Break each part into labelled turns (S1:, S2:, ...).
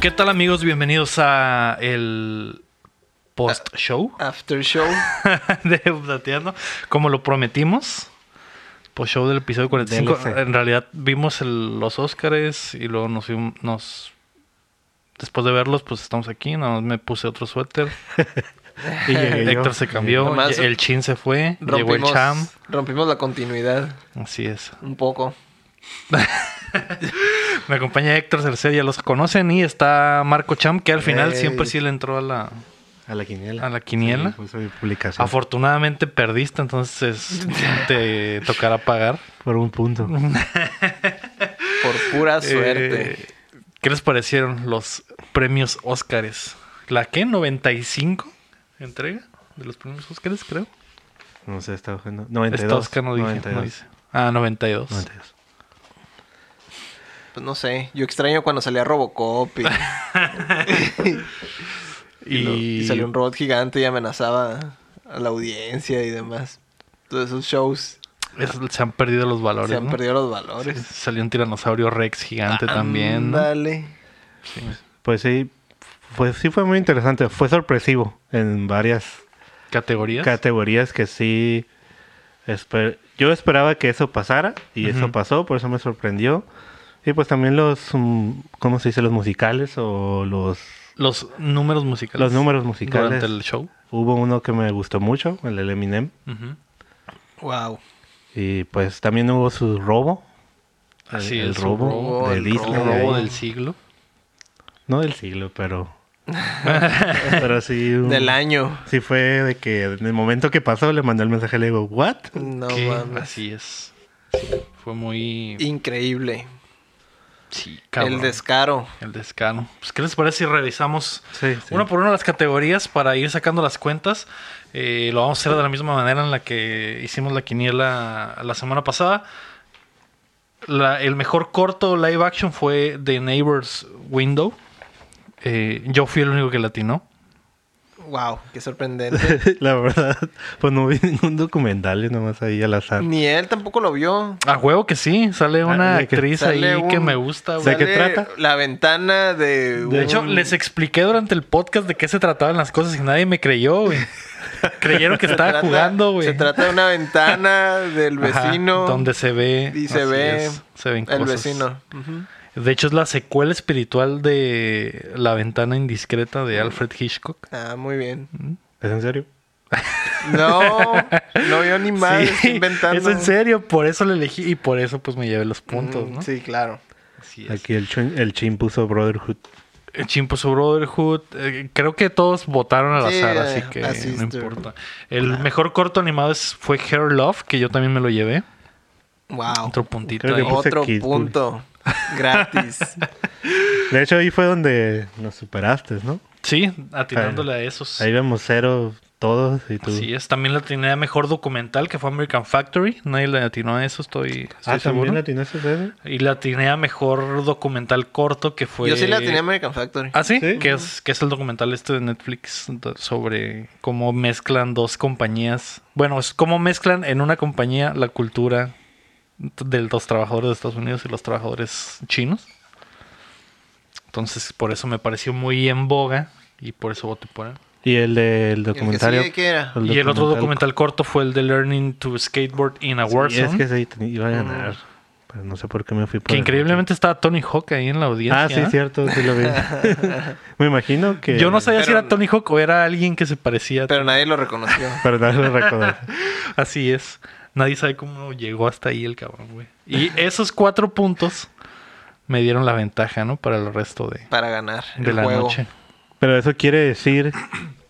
S1: ¿Qué tal amigos? Bienvenidos a el post
S2: Ah.
S1: show
S3: After show.
S1: de Updateando. Como lo prometimos, post show del episodio 45.
S3: DLC.
S1: En realidad vimos el- los Óscares y luego nos, fuimos- nos después de verlos, pues estamos aquí. Nada más me puse otro suéter.
S2: Y llegué yo. eh,
S1: Héctor se cambió,
S3: Nomás
S1: el chin se fue, llegó el
S3: Rompimos,
S1: cham.
S3: rompimos la continuidad
S1: Así es.
S3: un poco.
S1: Me acompaña Héctor Cerced, ya los conocen, y está Marco Cham, que al final
S2: Ey.
S1: siempre sí le entró a la.
S2: A la quiniela.
S1: A la quiniela. Ah,
S2: Sí, Puso mi publicación.
S1: Afortunadamente perdiste, entonces te tocará pagar.
S2: Por un punto.
S3: Por pura suerte.
S1: Eh, ¿Qué les parecieron los premios Óscares? ¿La qué? ¿95 entrega de los premios Óscares, creo?
S2: No sé, está bajando.
S1: Está
S2: 92.
S1: Óscar, no dije, no
S2: 92.
S1: dice. Ah, 92.
S2: 92.
S3: Pues no sé. Yo extraño cuando salía Robocop y, y lo- y salió un robot gigante y amenazaba a la audiencia y demás. Todos esos shows
S1: Es- se han perdido los valores.
S3: se han
S1: ¿no?
S3: perdido los valores. Ah,
S1: Salió un tiranosaurio Rex gigante también. ¿no?
S3: Dale.
S2: Pues sí. Pues sí fue muy interesante. Fue sorpresivo en varias
S1: Categorías.
S2: categorías que sí. esper- Yo esperaba que eso pasara y eso
S1: Ujú.
S2: pasó, por eso me sorprendió. Y pues también los, mm, ¿cómo se dice? Los musicales o los...
S1: los números musicales.
S2: Los números musicales.
S1: Durante el show.
S2: Hubo uno que me gustó mucho, el del Eminem.
S1: Ujú.
S3: Wow.
S2: Y pues también hubo su robo. El-
S1: Así
S2: el
S1: es, su
S2: robo,
S1: robo,
S2: de
S3: el
S2: Disney.
S1: El robo
S2: ahí.
S1: del siglo.
S2: No del siglo, pero... pero sí... un-
S3: Del año.
S2: Sí fue de que en el momento que pasó le mandó el mensaje, le digo, ¿what?
S3: No
S1: Que
S3: mames.
S1: Así es. Fue muy.
S3: Increíble.
S1: sí, cabrón.
S3: El descaro.
S1: El descano. Pues, ¿Qué les parece si revisamos
S2: Sí, sí.
S1: una por una las categorías para ir sacando las cuentas? Eh, lo vamos a hacer de la misma manera en la que hicimos la quiniela la semana pasada. La- el mejor corto live action fue The Neighbor's Window. Eh, yo fui el único que latinó.
S3: Wow. Qué sorprendente.
S2: La verdad, pues no vi ningún documental, yo nomás ahí al azar.
S3: Ni él tampoco lo vio.
S1: A huevo que sí, sale una
S2: de que
S1: actriz
S3: Ah, Sale
S1: ahí que
S3: un-
S1: me gusta. güey.
S2: ¿De qué
S3: sale
S2: trata?
S3: La ventana de.
S1: De hecho, les expliqué durante el podcast de qué se trataban las cosas y nadie me creyó, güey. Creyeron que estaba
S3: trata-
S1: jugando, güey.
S3: Se trata de una ventana del
S1: Ajá,
S3: vecino.
S1: donde se ve.
S3: y se
S1: así
S3: ve
S1: es, se ven
S3: el
S1: cosas.
S3: vecino.
S1: De hecho, es la secuela espiritual de La ventana indiscreta de Alfred Hitchcock.
S3: Ah, muy bien.
S2: ¿Es en serio?
S3: No, no vio ni mal,
S1: Sí,
S3: estoy inventando.
S1: Es en serio, por eso le elegí y por eso pues me llevé los puntos,
S3: Mm,
S1: ¿no?
S3: Sí, claro.
S1: Así es.
S2: Aquí el chin, el chin puso Brotherhood.
S1: El Chimpo su eh, Brotherhood. eh, creo que todos votaron al
S3: Sí,
S1: azar,
S3: eh,
S1: así que
S3: así
S1: no
S3: es, dude.
S1: importa. El mejor corto animado es- fue Hair Love, que yo también me lo llevé.
S3: Wow.
S1: Otro puntito.
S2: Creo que
S1: ahí.
S2: puse
S3: Otro
S2: Kiss Bull.
S3: punto. Gratis.
S2: De hecho, ahí fue donde nos superaste, ¿no?
S1: Sí, atinándole a esos.
S2: Ahí vemos cero todos y tú.
S1: Así es. También la tenía mejor documental, que fue American Factory. Nadie le atinó a eso, estoy, estoy
S2: Ah,
S1: seguro.
S2: ¿también latinaste ese?
S1: Y la tenía mejor documental corto, que fue...
S3: Yo sí la tenía American Factory.
S1: Pues, ¿Ah, sí?
S2: Sí.
S1: Que, es, que es el documental este de Netflix do- sobre cómo mezclan dos compañías. Bueno, es cómo mezclan en una compañía la cultura de los trabajadores de Estados Unidos y los trabajadores chinos. Entonces, por eso me pareció muy en boga y por eso voté por él.
S2: Y el del
S3: ¿Y el que
S2: documentario.
S3: sigue qué era?
S1: Y el otro documental corto fue el de Learning to Skateboard in a
S2: Y
S1: Warzone.
S2: es que
S1: que
S2: ese ahí te- iba a ganar. Pero no sé por qué me fui por el
S1: increíblemente estaba Tony Hawk ahí en la
S2: otro.
S1: audiencia.
S2: Ah, sí, cierto, sí lo vi. me imagino que.
S1: Yo no sabía si
S3: Pero-
S1: era Tony Hawk o era alguien que se parecía.
S3: Pero nadie lo reconoció.
S2: Pero no lo recordaba.
S1: Así es. Nadie sabe cómo llegó hasta ahí el cabrón, güey. Y esos cuatro puntos me dieron la ventaja, ¿no? Para el resto de,
S3: Para ganar.
S1: de
S3: el
S1: la
S3: juego.
S1: noche.
S2: Pero eso quiere decir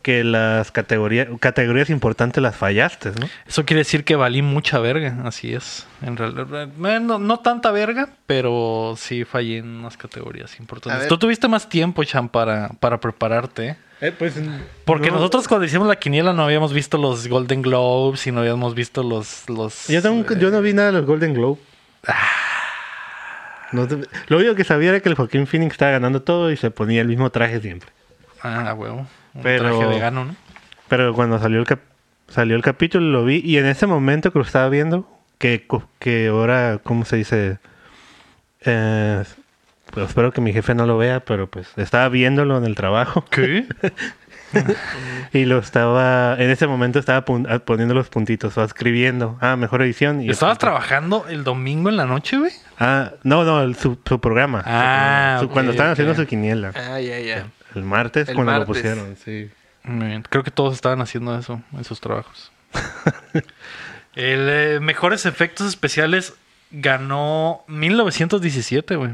S2: que las categorías categorías importantes las fallaste, ¿no?
S1: Eso quiere decir que valí mucha verga, así es. En realidad, eh, no, no tanta verga, pero sí fallé en unas categorías
S3: A
S1: importantes.
S3: ver.
S1: Tú tuviste más tiempo, Chan, para, para prepararte. ¿eh?
S2: pues.
S1: Porque nosotros cuando hicimos la quiniela no habíamos visto los Golden Globes y no habíamos visto los... los eh,
S2: Yo, tampoco- yo no vi nada de los Golden Globe.
S1: Ah.
S2: No te- lo único que sabía era que el Joaquín Phoenix estaba ganando todo y se ponía el mismo traje siempre.
S1: Ah, huevo. Un
S2: Pero-
S1: traje vegano, ¿no?
S2: Pero cuando salió el, cap- salió el capítulo lo vi y en ese momento que lo estaba viendo, que, co- que ahora, ¿cómo se dice? Eh, pues, espero que mi jefe no lo vea, pero pues estaba viéndolo en el trabajo.
S1: ¿Qué?
S2: Y lo estaba, en ese momento estaba pon- ah, poniendo los puntitos o escribiendo. Ah, mejor edición. Y
S1: ¿Estabas
S2: el punto.
S1: trabajando el domingo en la noche, güey?
S2: Ah, no, no, el- su, su programa.
S1: Ah,
S2: Su-
S1: ok,
S2: cuando estaban
S1: ok.
S2: haciendo su quiniela.
S3: Ah, ya, ya.
S2: El martes,
S3: El
S2: cuando
S3: martes.
S2: lo pusieron, sí.
S1: Muy bien. Creo que todos estaban haciendo eso en sus trabajos. el eh, Mejores Efectos Especiales ganó 1917, güey.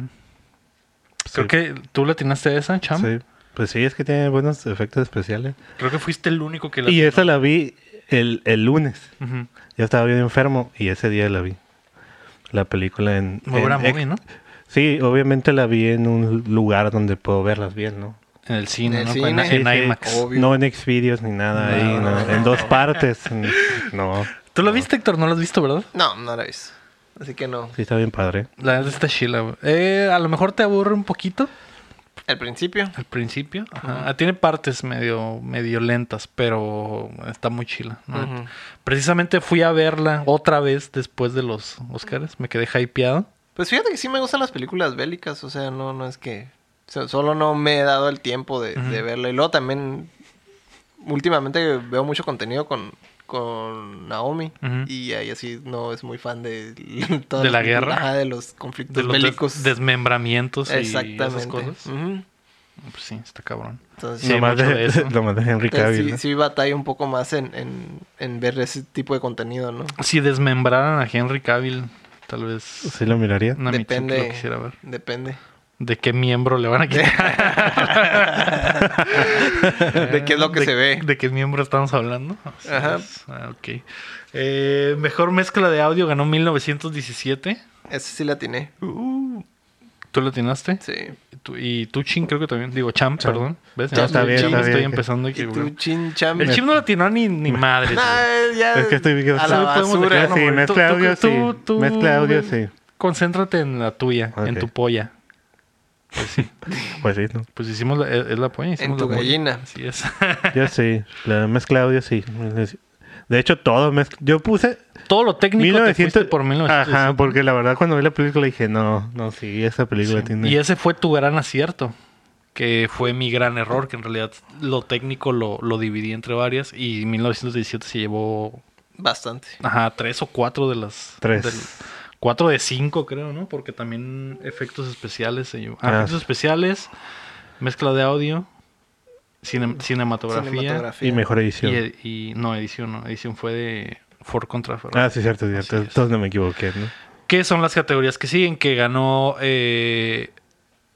S1: Creo
S2: Sí.
S1: que tú la atinaste a esa, Cham.
S2: Sí. Pues sí, es que tiene buenos efectos especiales.
S1: Creo que fuiste el único que la...
S2: Y esa la vi el, el lunes.
S1: Ujú.
S2: Yo estaba bien enfermo y ese día la vi. La película en...
S1: Muy
S2: en
S1: buena
S2: ex-
S1: movie, ¿no?
S2: Sí, obviamente la vi en un lugar donde puedo verlas bien, ¿no?
S1: En el cine,
S3: En el
S1: ¿no? Con-
S3: cine.
S1: en
S2: Sí, Oh, sí.
S1: IMAX.
S3: Obvio.
S2: No en Xvideos ni nada ahí,
S1: No,
S2: no. En dos partes. No.
S1: ¿Tú la viste, Héctor? ¿No la has visto, verdad?
S3: No, no la he visto. Así que no.
S2: Sí, está bien padre.
S1: La neta está chila, güey. Eh, a lo mejor te aburre un poquito
S3: Al principio.
S1: al principio. Ajá. Ah, Tiene partes medio, medio lentas, pero está muy chila. ¿no?
S3: Ujú.
S1: Precisamente fui a verla otra vez después de los Oscars. Me quedé hypeado.
S3: Pues fíjate que sí me gustan las películas bélicas, o sea, no, no es que... o sea, solo no me he dado el tiempo de, de verla. Y luego también, últimamente veo mucho contenido con, con Naomi.
S1: Ujú.
S3: Y ahí así no es muy fan de... todas
S1: ¿De la
S3: las películas-
S1: guerra?
S3: Ajá, de los conflictos
S1: De los des-
S3: bélicos.
S1: desmembramientos y
S3: Exactamente. Mm.
S1: esas cosas.
S3: Ujú.
S1: Pues sí, está cabrón.
S3: Entonces,
S1: Sí,
S2: nomás,
S1: mucho
S2: de,
S1: de eso.
S2: nomás de Henry
S3: eh,
S2: Cavill.
S3: sí,
S2: ¿no?
S3: sí batalla un poco más en, en, en ver ese tipo de contenido, ¿no?
S1: Si desmembraran a Henry Cavill, tal vez
S2: Sí lo miraría.
S1: una Michuki
S3: Depende.
S1: lo quisiera ver.
S3: Depende.
S1: ¿De qué miembro le van a quitar?
S3: ¿De qué es lo que
S1: ¿De-
S3: se ve?
S1: ¿De qué miembro estamos hablando? Así
S3: Ajá.
S1: es. Ah, ok. Eh, mejor mezcla de audio ganó 1917.
S3: Ese sí la atiné.
S1: Uh, ¿Tú lo atinaste?
S3: Sí.
S1: Tú- y tú, Chin, creo que también. Digo, Champ,
S2: Champ.
S1: perdón. ¿Ves?
S2: Champ, está bien,
S1: Chin,
S2: está bien.
S1: Estoy empezando
S3: Y
S1: aquí.
S3: tú,
S1: güey.
S3: chin, cham.
S1: El Chim no lo atinó ni, ni madre.
S3: No,
S1: güey.
S3: eh, ya
S2: Es que estoy bien-
S3: a
S2: Sí,
S3: la
S1: podemos
S3: basura.
S1: dejar,
S2: Ah, sí,
S1: güey.
S2: mezcla audio, sí. Mezcla audio,
S1: güey,
S2: sí.
S1: Concéntrate en la tuya, en
S2: Ok.
S1: tu polla.
S2: Pues sí, ¿no?
S1: Pues hicimos la, es es la polla. hicimos
S3: En tu
S1: la polla.
S3: gallina.
S1: Así es.
S2: Yo sí. La mezcla audio sí. De hecho, todo mezcla. Yo puse
S1: Todo lo técnico te
S2: 1900.
S1: fuiste por 1900.
S2: Ajá, porque la verdad cuando vi la película dije, no, no, sí, esa película tiene...
S1: Y ese fue tu gran acierto. Que fue mi gran error, que en realidad lo técnico lo, lo dividí entre varias. Y 1917 se llevó,
S3: Bastante.
S1: ajá, tres o cuatro de las.
S2: Tres.
S1: del- cuatro de cinco, creo, ¿no? Porque también efectos especiales se llevó. ah,
S2: Ah.
S1: Efectos especiales, mezcla de audio, cine- cinematografía.
S3: Cinematografía.
S2: Y mejor
S1: Y,
S2: edición.
S1: ed- y- no, edición, no. Edición fue de Ford contra Ferrari.
S2: Ah, sí, cierto, cierto.
S1: Así es.
S2: Entonces no me equivoqué, ¿no?
S1: ¿Qué son las categorías que siguen? Que ganó eh,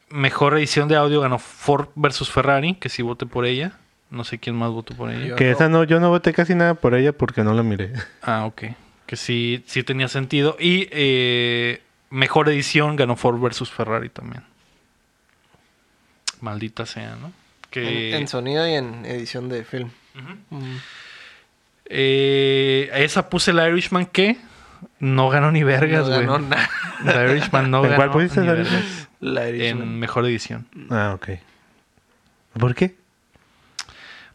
S1: mejor edición de audio, ganó Ford versus Ferrari, que sí voté por ella. No sé quién más votó por ella.
S3: Yo.
S2: Que
S3: no.
S2: esa no, yo no voté casi nada por ella porque no la miré.
S1: Ah, ok. Que sí, sí tenía sentido. Y eh, mejor edición ganó Ford versus Ferrari también. Maldita sea, ¿no? Que,
S3: En, en sonido y en edición de film. Mm.
S1: eh, esa puse la Irishman que no ganó ni vergas,
S3: No
S1: güey.
S3: ganó nada.
S1: La Irishman no
S2: ¿En
S1: ganó.
S2: cuál pusiste
S1: ni
S2: la
S1: vergas.
S3: La
S1: En
S3: edición.
S1: mejor edición.
S3: Mm.
S2: Ah, ok. ¿Por qué?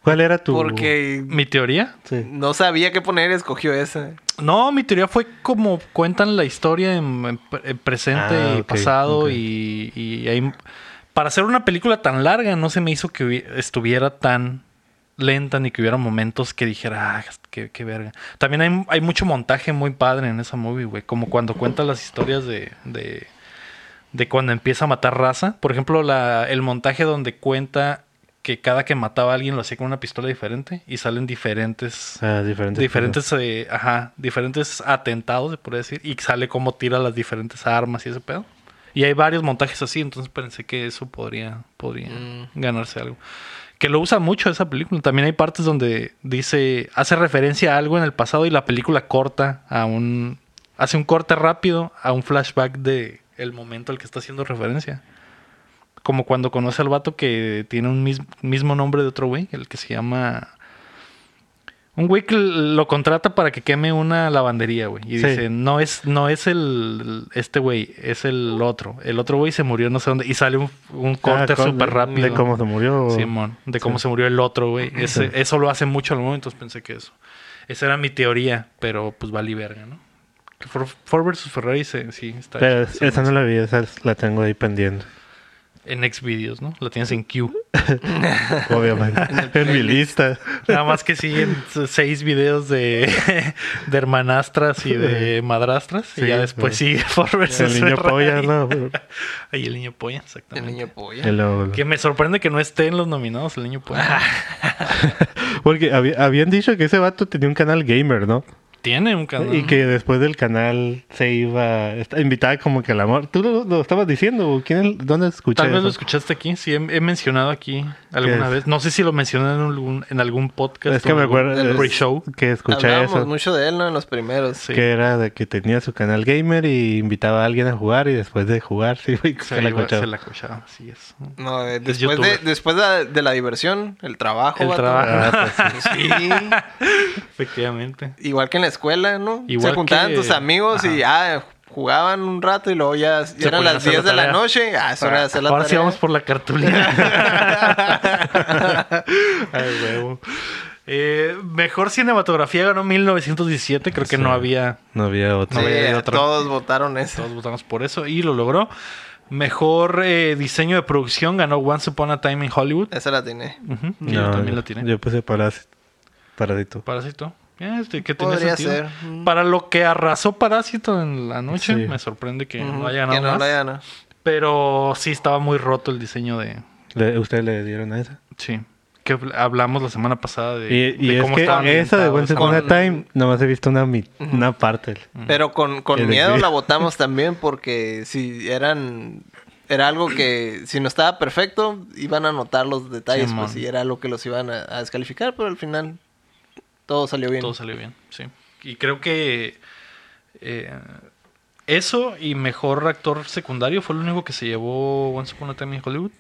S2: ¿Cuál era tu...?
S3: Porque
S1: Mi teoría
S2: Sí.
S3: no sabía qué poner, escogió esa.
S1: No, mi teoría fue como cuentan la historia en, en pre- en presente
S2: Ah,
S1: y
S2: ok,
S1: pasado
S2: ok.
S1: y, y ahí- para hacer una película tan larga no se me hizo que hubi- estuviera tan lenta ni que hubiera momentos que dijera, ah, qué, qué verga. También hay, hay mucho montaje muy padre en esa movie, güey, como cuando cuenta las historias de, de, de cuando empieza a matar raza. Por ejemplo, la, el montaje donde cuenta que cada que mataba a alguien lo hacía con una pistola diferente y salen diferentes
S2: Ah, diferentes.
S1: diferentes eh, ajá, diferentes atentados, se puede decir, y sale cómo tira las diferentes armas y ese pedo. Y hay varios montajes así, entonces pensé que eso podría, podría
S3: Mm.
S1: ganarse algo. Que lo usa mucho esa película. También hay partes donde dice, hace referencia a algo en el pasado y la película corta a un, hace un corte rápido a un flashback de el momento al que está haciendo referencia. Como cuando conoce al vato que tiene un mis- mismo nombre de otro güey, el que se llama un güey que lo contrata para que queme una lavandería, güey. Y
S2: Sí.
S1: dice, no es, no es el este güey, es el otro. El otro güey se murió no sé dónde. Y sale un, un corte
S2: Ah, con-
S1: súper rápido.
S2: De cómo se murió.
S1: Simón, de cómo
S2: Sí.
S1: se murió el otro, güey. Ese-
S2: Sí.
S1: Eso lo hace mucho al momento, entonces pensé que eso. Esa era mi teoría, pero pues vale y verga, ¿no? Que For- Ford versus Ferrari se- sí, está chido,
S2: Pero es-
S1: se me
S2: esa
S1: hace.
S2: no la vi, esa es- la tengo ahí pendiente.
S1: en Xvideos, ¿no? La tienes en Q.
S2: Obviamente. en mi lista.
S1: Nada más que siguen seis videos de, de hermanastras y de madrastras. y
S2: Sí,
S1: ya después
S2: sí.
S1: sigue Ford versus
S2: El niño
S1: Ferrari.
S2: polla, ¿no?
S1: Ay, el niño polla,
S3: El
S1: exactamente.
S3: niño polla.
S2: El óvulo.
S1: Que me sorprende que no esté en los nominados el niño polla.
S2: Porque habi- habían dicho que ese vato tenía un canal gamer, ¿no?
S1: Tiene un canal.
S2: Y que después del canal se iba, est- invitaba como que al amor. ¿Tú lo, lo estabas diciendo? o ¿Quién es- ¿Dónde escuché
S1: Tal vez lo
S2: eso?
S1: escuchaste aquí, sí, he, he mencionado aquí alguna
S2: es?
S1: vez. No sé si lo mencioné en algún, en algún podcast.
S2: Es que
S1: o
S2: me
S1: algún
S2: acuerdo
S3: del
S2: es-
S1: Pre-show.
S2: que escuché
S3: Hablábamos
S2: eso.
S3: mucho de él, ¿no? En los primeros.
S1: Sí.
S2: Que era de que tenía su canal gamer y invitaba a alguien a jugar y después de jugar sí, güey,
S1: Se,
S2: se la
S1: iba-
S2: escuchaba.
S1: se la cochaba, así es.
S3: No, eh,
S1: Es
S3: después, de,
S1: youtuber.
S3: después de, la- de la diversión, el trabajo.
S1: El
S3: vato.
S1: trabajo.
S2: Ah, pues,
S3: Sí.
S1: Efectivamente.
S3: Igual que en la escuela, ¿no?
S1: Igual
S3: Se juntaban
S1: que-
S3: tus amigos y ah, jugaban un rato y luego ya, ya
S1: ponían
S3: eran
S1: a
S3: las
S1: hacer
S3: 10
S1: la
S3: de la
S1: tarea.
S3: noche. Ah, es hora de hacer la
S1: Ahora sí
S3: tarea.
S1: vamos por la cartulina. Ay, huevo. Eh, mejor cinematografía ganó 1917. Creo que
S2: Sí.
S1: no había.
S2: no había otro.
S1: No
S3: Sí,
S1: había de otra.
S3: todos votaron eso.
S1: Todos votamos por eso y lo logró. Mejor eh, diseño de producción ganó Once Upon a Time in Hollywood.
S3: Esa la tiene.
S1: Ujú, y
S2: Eh, No,
S1: yo también la tiene.
S2: Yo puse parásito. Parásito.
S1: Parásito. Este, que tiene
S3: Podría
S1: sentido.
S3: ser.
S1: Para lo que arrasó Parásito en la noche,
S2: Sí.
S1: me sorprende que
S3: Ujú,
S1: no haya ganado
S3: que no
S1: más.
S3: lo haya ganado.
S1: Pero sí estaba muy roto el diseño de.
S2: Le- ¿Ustedes le dieron a esa?
S1: Sí. Que hablamos la semana pasada de,
S2: Y, y
S1: de
S2: es que
S1: estaba
S2: esa de
S1: ambientado
S2: Once
S1: esa
S2: Upon a
S1: madre.
S2: Time nomás he visto una, mi- una parte.
S3: Pero con, con
S2: El
S3: miedo
S2: exilio.
S3: la votamos también porque si eran... Era algo que si no estaba perfecto iban a notar los detalles
S1: Simón.
S3: pues, y era lo que los iban a, a descalificar, pero al final todo salió bien.
S1: Todo salió bien, sí. Y creo que eh, eso y mejor actor secundario fue lo único que se llevó Once Upon a Time in Hollywood.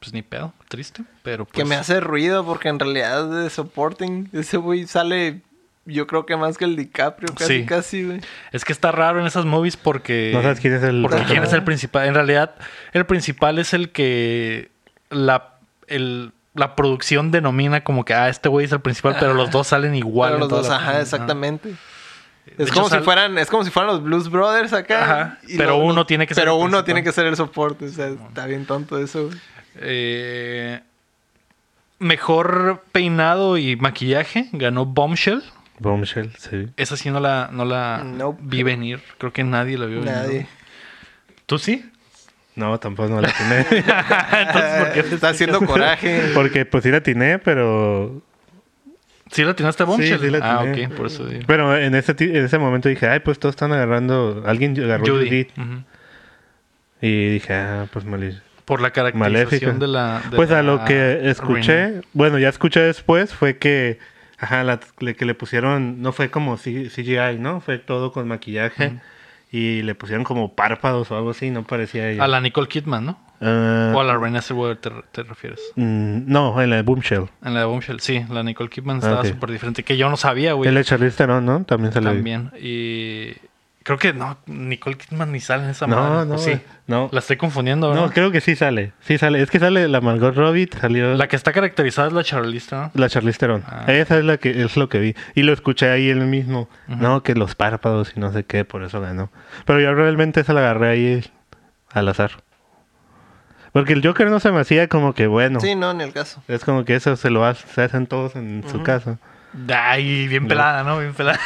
S1: Pues ni pedo, triste, pero pues...
S3: Que me hace ruido porque en realidad de supporting ese güey sale yo creo que más que el DiCaprio casi
S1: Sí.
S3: casi güey.
S1: Es que está raro en esas movies porque...
S2: No sabes quién es el-
S1: Porque quién
S3: Ajá.
S1: es el principal. En realidad, el principal es el que la, el- la producción denomina como que, ah, este güey es el principal, pero los dos salen igual.
S3: Pero
S1: en
S3: los
S1: toda
S3: dos,
S1: la-
S3: ajá, exactamente.
S1: De
S3: Es
S1: hecho,
S3: como si
S1: sal-
S3: fueran, es como si fueran los Blues Brothers acá.
S1: Ajá,
S3: y
S1: pero
S3: los-
S1: uno
S3: los-
S1: tiene que ser
S3: Pero
S1: el
S3: uno
S1: principal.
S3: tiene que ser el soporte, o sea, está bien tonto eso. güey.
S1: Eh, mejor peinado y maquillaje ganó Bombshell.
S2: Bombshell, sí.
S1: Esa sí no la, no la
S3: Nope.
S1: vi venir. Creo que nadie la vio venir.
S3: Nadie.
S1: ¿Tú sí?
S2: No, tampoco no la atiné.
S1: Entonces, ¿por qué te-
S3: Ah, Está haciendo coraje.
S2: Porque pues sí la atiné, pero...
S1: ¿Sí la atinaste a Bombshell?
S2: sí la
S1: ah,
S2: atiné.
S1: ok, por eso digo.
S2: Pero en ese, ti- en ese momento dije, ay, pues todos están agarrando... Alguien agarró
S1: Judy.
S2: Judith.
S1: Ujú.
S2: Y dije, ah, pues mal
S1: Por la
S2: Maléfica.
S1: caracterización de la. de
S2: Pues
S1: la
S2: a lo que escuché,
S1: Rina.
S2: bueno, ya escuché después, fue que, ajá, la, le- que le pusieron, no fue como C- CGI, ¿no? Fue todo con maquillaje y le pusieron como párpados o algo así, no parecía ella.
S1: A la Nicole Kidman, ¿no?
S2: Ah,
S1: O a la Reina Silverberg te, te refieres.
S2: mm, no, en la de Boomshell.
S1: En la de Bombshell, sí, la Nicole Kidman estaba
S2: Ah, ok.
S1: súper diferente. Que yo no sabía, güey.
S2: El de Charlize Theron, ¿no? También se la vi.
S1: También. Y creo que no, Nicole Kidman ni sale en esa
S2: No,
S1: madre.
S2: no,
S1: ¿O sí.
S2: no.
S1: La estoy confundiendo,
S2: No,
S1: ¿verdad?
S2: creo que sí sale. Sí sale. Es que sale la Margot Robbie, salió
S1: La
S2: la,
S1: que está caracterizada es la charlista, ¿no?
S2: Charlize Theron.
S1: Ah.
S2: Esa es la que es lo que vi. Y lo escuché ahí él mismo. No, que los párpados y no sé qué, por eso ganó. Pero yo realmente esa la agarré ahí al azar. Porque el Joker no se me hacía como que bueno.
S3: Sí, no, ni el caso.
S2: Es como que eso se lo hace- se hacen todos en su casa.
S1: Ay, bien pelada, ¿no? Bien pelada.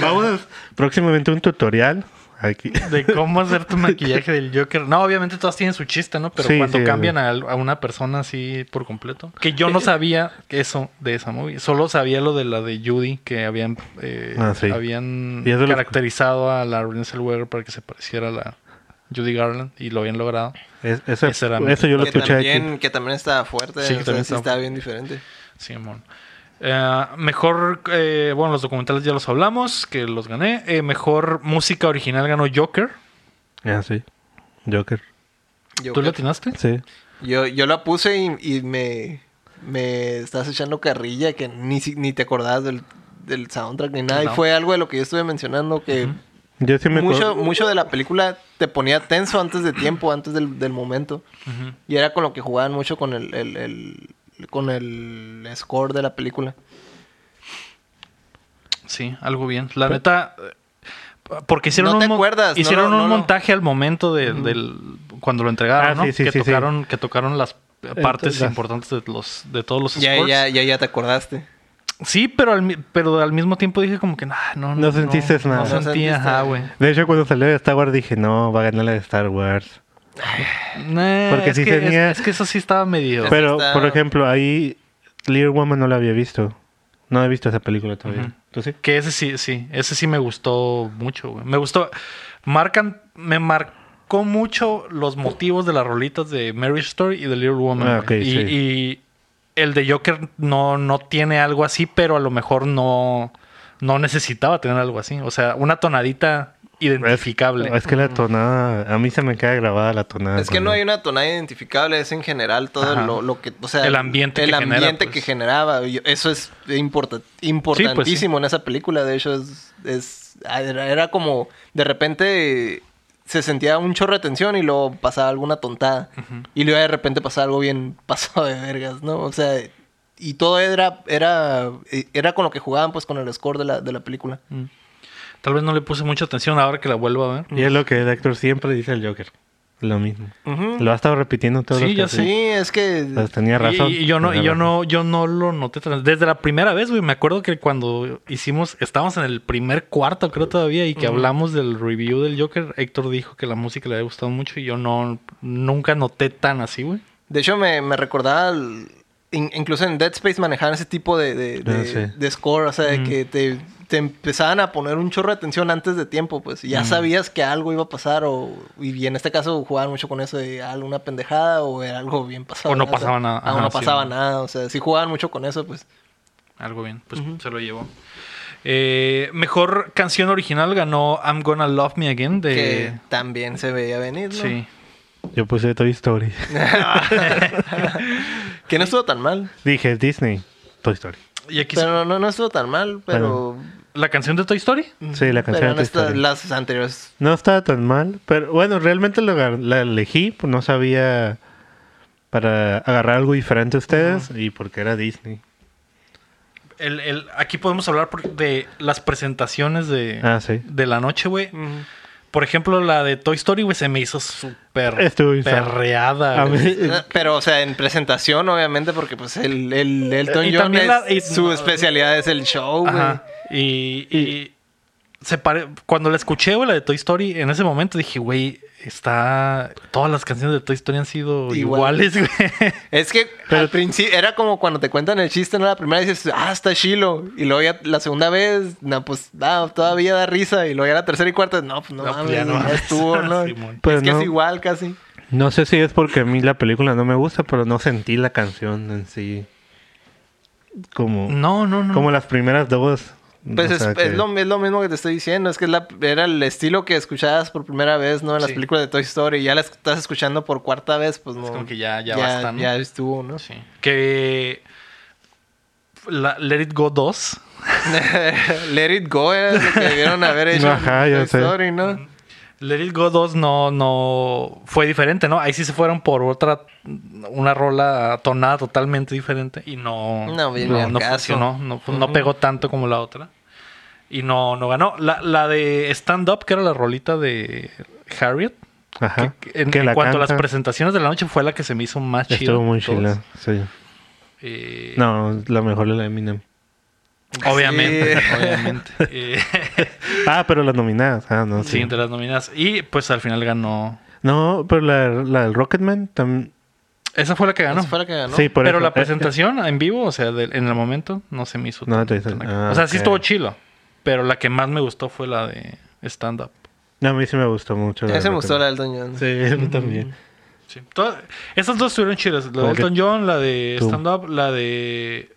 S2: Vamos a- próximamente un tutorial aquí.
S1: De cómo hacer tu maquillaje del Joker. No, obviamente todas tienen su chiste, ¿no? Pero
S2: Sí,
S1: cuando
S2: sí,
S1: cambian a, a una persona así por completo. Que yo no sabía eso de esa movie. Solo sabía lo de la de Judy que habían, eh,
S2: Ah, sí.
S1: habían
S2: Y eso lo-
S1: caracterizado a la Renée Zellweger para que se pareciera a la Judy Garland y lo habían logrado.
S2: Es- eso,
S1: Ese era mi-
S2: eso yo lo
S3: Que
S2: escuché aquí.
S3: también, que también estaba fuerte.
S1: Sí,
S3: o
S1: que
S3: sea,
S1: también
S3: sí
S1: estaba-
S3: estaba bien diferente.
S1: Simón. Eh, mejor, eh, bueno, los documentales ya los hablamos, que los gané. Eh, mejor música original ganó Joker.
S2: Ah, sí. Joker.
S3: Yo,
S1: ¿Tú la atinaste?
S2: Sí.
S3: yo, yo la puse y, y me, me estás echando carrilla que ni, si- ni te acordabas del, del soundtrack ni nada.
S1: No.
S3: Y fue algo de lo que yo estuve mencionando que
S2: Yo sí me acuerdo-
S3: mucho, mucho de la película te ponía tenso antes de tiempo, antes del, del momento.
S1: Ujú.
S3: Y era con lo que jugaban mucho con el, el- el- con el score de la película.
S1: Sí, algo bien. La neta, eh, Porque hicieron
S3: No
S1: un,
S3: te
S1: mo-
S3: acuerdas, no
S1: hicieron
S3: lo- no
S1: un
S3: lo-
S1: montaje al momento de- del cuando lo entregaron,
S2: Ah,
S1: ¿no?
S2: sí, sí,
S1: que
S2: sí, sí.
S1: tocaron que tocaron las partes
S2: las-
S1: importantes de los de todos los
S3: Ya,
S1: scores.
S3: ya, ya, ya te acordaste.
S1: Sí, pero al, mi- pero al mismo tiempo dije como que nah, no,
S2: No sentiste
S1: No
S2: nada. No
S1: sentí,
S3: sentiste
S1: ajá,
S3: nada.
S1: güey.
S2: De hecho, cuando salió de Star Wars dije, no, va a ganar la de Star Wars.
S1: Nah,
S2: Porque
S1: es,
S2: sí
S1: que, es-
S2: tenía-
S1: es, que eso sí estaba medio.
S3: Pero-
S2: Pero,
S3: está-
S2: por ejemplo, ahí Little Woman no la había visto. No he visto esa película todavía.
S1: Ujú.
S2: ¿Tú sí?
S1: Que ese sí, sí, ese sí me gustó mucho, güey. Me gustó. Marcan, me marcó mucho los motivos de las rolitas de Mary Story y de Little Woman.
S2: Ah,
S1: güey.
S2: ok,
S1: y,
S2: sí.
S1: y el de Joker no, no tiene algo así, pero a lo mejor no, no necesitaba tener algo así. O sea, una tonadita identificable.
S2: Es que la tonada, a mí se me queda grabada la tonada.
S3: Es que no hay
S2: un...
S3: una tonada identificable, es en general todo
S1: Ajá.
S3: lo, lo que, o sea,
S1: El ambiente
S3: el
S1: que genera,
S3: ambiente
S1: pues.
S3: que generaba. y Eso es importa- importantísimo en esa película. De hecho, es, es- era era como de repente se sentía un chorro de tensión y luego pasaba alguna tontada. Y luego de repente pasaba algo bien pasado de vergas, ¿no? O sea, y todo era, era, era con lo que jugaban, pues con el score de la, de la película.
S1: Mm. Tal vez no le puse mucha atención ahora que la vuelvo a ver.
S2: Y es lo que el actor siempre dice al Joker. Lo mismo.
S3: Ujú.
S2: Lo ha estado repitiendo todo
S1: Sí,
S2: lo que
S1: ya
S2: hace.
S1: sé.
S3: Sí, es que...
S2: Pues tenía razón.
S1: Y, y yo no,
S2: Tenía
S1: y yo
S2: razón.
S1: no, yo no lo noté tras- desde la primera vez, güey. Me acuerdo que cuando hicimos, estábamos en el primer cuarto, creo todavía, y que hablamos del review del Joker, Héctor dijo que la música le había gustado mucho y yo no, nunca noté tan así, güey.
S3: De hecho, me, me recordaba, al- in- incluso en Dead Space manejaban ese tipo de, de, de-
S2: Ah, sí.
S3: de score, o sea, de que te, te empezaban a poner un chorro de atención antes de tiempo, pues y ya sabías que algo iba a pasar, o, y en este caso jugaban mucho con eso de alguna pendejada o era algo bien pasado.
S1: O no
S3: de lanza.
S1: pasaba nada.
S3: Ah,
S1: Ajá,
S3: no
S1: sí,
S3: pasaba
S1: ¿no?
S3: nada, o sea, sí jugaban mucho con eso, pues.
S1: Algo bien, pues se lo llevó. Eh, mejor canción original ganó I'm Gonna Love Me Again
S3: Que
S1: de...
S3: también se veía venir, ¿no?
S1: Sí.
S2: Yo puse Toy Story.
S3: Que no estuvo tan mal.
S2: Dije, Disney, Toy Story.
S1: Y aquí
S3: Pero no, no estuvo tan mal, pero... mm,
S1: la canción de Toy Story.
S2: Sí, la
S3: pero
S2: canción de
S3: en
S2: Toy
S3: esta-
S2: Story.
S3: las anteriores...
S2: No estaba tan mal, pero bueno, realmente lo agar- la elegí, pues no sabía para agarrar algo diferente a ustedes y porque era Disney.
S1: El, el- aquí podemos hablar por- de las presentaciones de,
S2: Ah, sí.
S1: de la noche, güey.
S3: mm,
S1: Por ejemplo, la de Toy Story, güey, se me hizo súper
S2: Estuvo insano.
S1: perreada.
S2: A
S1: güey.
S2: mí- eh,
S3: Eh, Pero, o sea, en presentación, obviamente, porque pues el, el Elton
S1: Eh, Y
S3: John
S1: también
S3: es-
S1: la- y-
S3: su especialidad es el show, güey.
S1: Ajá. Y, y se pare- cuando la escuché, güey, la de Toy Story, en ese momento dije, güey, está... Todas las canciones de Toy Story han sido
S3: Igual.
S1: iguales, güey.
S3: Es que al principio era como cuando te cuentan el chiste, ¿no? La primera vez dices, ah, está chilo. Y luego ya la segunda vez, no, pues da, todavía da risa. Y luego ya la tercera y cuarta, no, pues
S1: No,
S3: no,
S1: pues,
S3: mames,
S1: ya
S3: ya,
S1: no mames.
S3: estuvo, ¿no?
S1: Simón.
S2: Pero
S3: es que
S2: Pues, no.
S3: es igual casi.
S2: No sé si es porque a mí la película no me gusta, pero no sentí la canción en sí. Como,
S1: No, no, no.
S2: como las primeras dos.
S3: Pues
S2: o
S3: es,
S2: sea, que-
S3: es lo, es lo mismo que te estoy diciendo, es que es la- era el estilo que escuchabas por primera vez, ¿no? En las
S1: Sí.
S3: películas de Toy Story, y ya las estás escuchando por cuarta vez, pues no.
S1: como que ya- ya basta, ¿no?
S3: Ya estuvo, ¿no?
S1: Sí. Que... La Let It Go 2.
S3: Let It Go era lo que debieron haber hecho
S2: Ajá,
S3: en
S2: ya
S3: Toy
S2: sé.
S3: Story, ¿no?
S1: Let It Go 2 no, no fue diferente, ¿no? Ahí sí se fueron por otra, una rola tonada totalmente diferente y no,
S3: No, bien, ni al
S1: no
S3: caso.
S1: funcionó, no, no pegó tanto como la otra y no, no ganó. La, la de Stand Up, que era la rolita de Harriet,
S2: Ajá.
S1: que- en,
S2: Que
S1: en
S2: la
S1: cuanto a las
S2: canta.
S1: presentaciones de la noche fue la que se me hizo más chida.
S2: Estuvo muy
S1: de todas.
S2: chila, sí.
S1: Eh,
S2: No, la mejor es la de Eminem.
S1: Obviamente,
S3: Sí.
S1: obviamente. Eh,
S2: Ah, pero las nominadas. Ah, no,
S1: sí,
S2: sí.
S1: entre las nominadas. Y pues al final ganó.
S2: No, pero la, la del Rocketman también.
S1: Esa fue la que ganó.
S3: Esa fue la que ganó.
S2: Sí, por
S1: Pero
S2: eso. Eh,
S1: la presentación en vivo, o sea, del- en el momento, no se me hizo.
S2: No
S1: tan-
S2: te hizo-
S1: tan-
S2: ah,
S1: o sea, sí
S2: ok.
S1: estuvo chilo. Pero la que más me gustó fue la de stand-up.
S2: No, a mí sí me gustó mucho. del
S3: Ese me gustó
S2: Rocketman.
S3: la del Doñón.
S2: Sí, a mí también.
S1: Sí. Todas- esas dos estuvieron chilas. La de
S2: Ok.
S1: Elton John, la de
S2: Tú.
S1: stand-up, la de.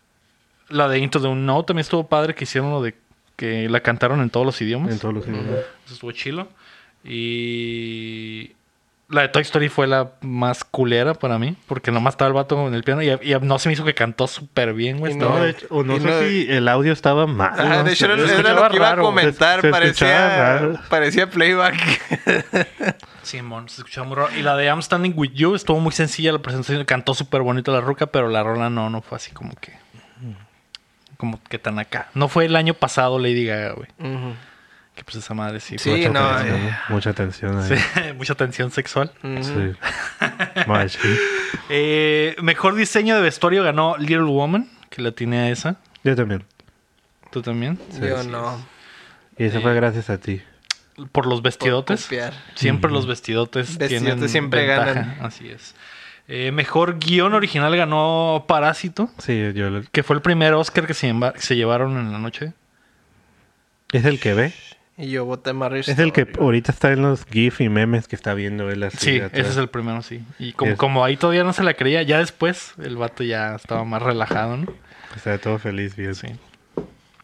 S1: La de Into the Unknown también estuvo padre que hicieron lo de. que la cantaron en todos los idiomas.
S2: En todos los idiomas.
S1: Eso estuvo chilo. Y. La de Toy Story fue la más culera para mí, porque nomás estaba el vato con el piano y, y no se me hizo que cantó súper bien, güey.
S3: Y
S1: estaba-
S2: No, de hecho, o no
S3: Y
S2: sé
S3: no-
S2: si el audio estaba mal.
S3: Ajá,
S2: no
S3: de hecho,
S2: sé.
S3: era,
S1: Se
S3: era
S1: escuchaba
S3: lo que iba a
S1: raro.
S3: comentar.
S2: Se- se escuchaba raro.
S3: parecía, parecía playback.
S1: Simón, se escuchaba muy raro. Y la de I'm Standing With You estuvo muy sencilla la presentación. Cantó súper bonito la ruca, pero la rola no, no fue así como que. Como que tan acá. No fue el año pasado Lady Gaga, güey. Que pues esa madre sí.
S3: Sí,
S2: mucha,
S3: no,
S2: tensión,
S3: eh.
S2: ¿no? mucha tensión ahí.
S1: Sí, mucha tensión sexual.
S3: Ujú.
S2: Sí. Machín.
S1: Eh, mejor diseño de vestuario ganó Little Woman, que la tiene a esa.
S2: Yo también.
S1: ¿Tú también?
S3: Yo
S2: sí,
S3: no.
S2: Y eso
S1: Sí.
S2: fue gracias a ti.
S1: Por los
S3: por
S1: vestidotes.
S3: copiar.
S1: Siempre los vestidotes,
S3: Vestidotes
S1: tienen
S3: siempre
S1: ventaja.
S3: ganan.
S1: Así es. Eh, mejor guión original ganó Parásito,
S2: Sí, yo lo-
S1: que fue el primer Oscar que se, lleva- se llevaron en la noche.
S2: Es el que ve.
S3: Y yo voté Marriage
S2: Es el que
S3: Story.
S2: ahorita está en los GIF y memes que está viendo él así.
S1: Sí,
S2: atrás.
S1: ese es el primero, sí. Y como,
S2: Es-
S1: como ahí todavía no se la creía, ya después el vato ya estaba más relajado, ¿no?
S2: Está todo feliz, bien.
S1: Sí.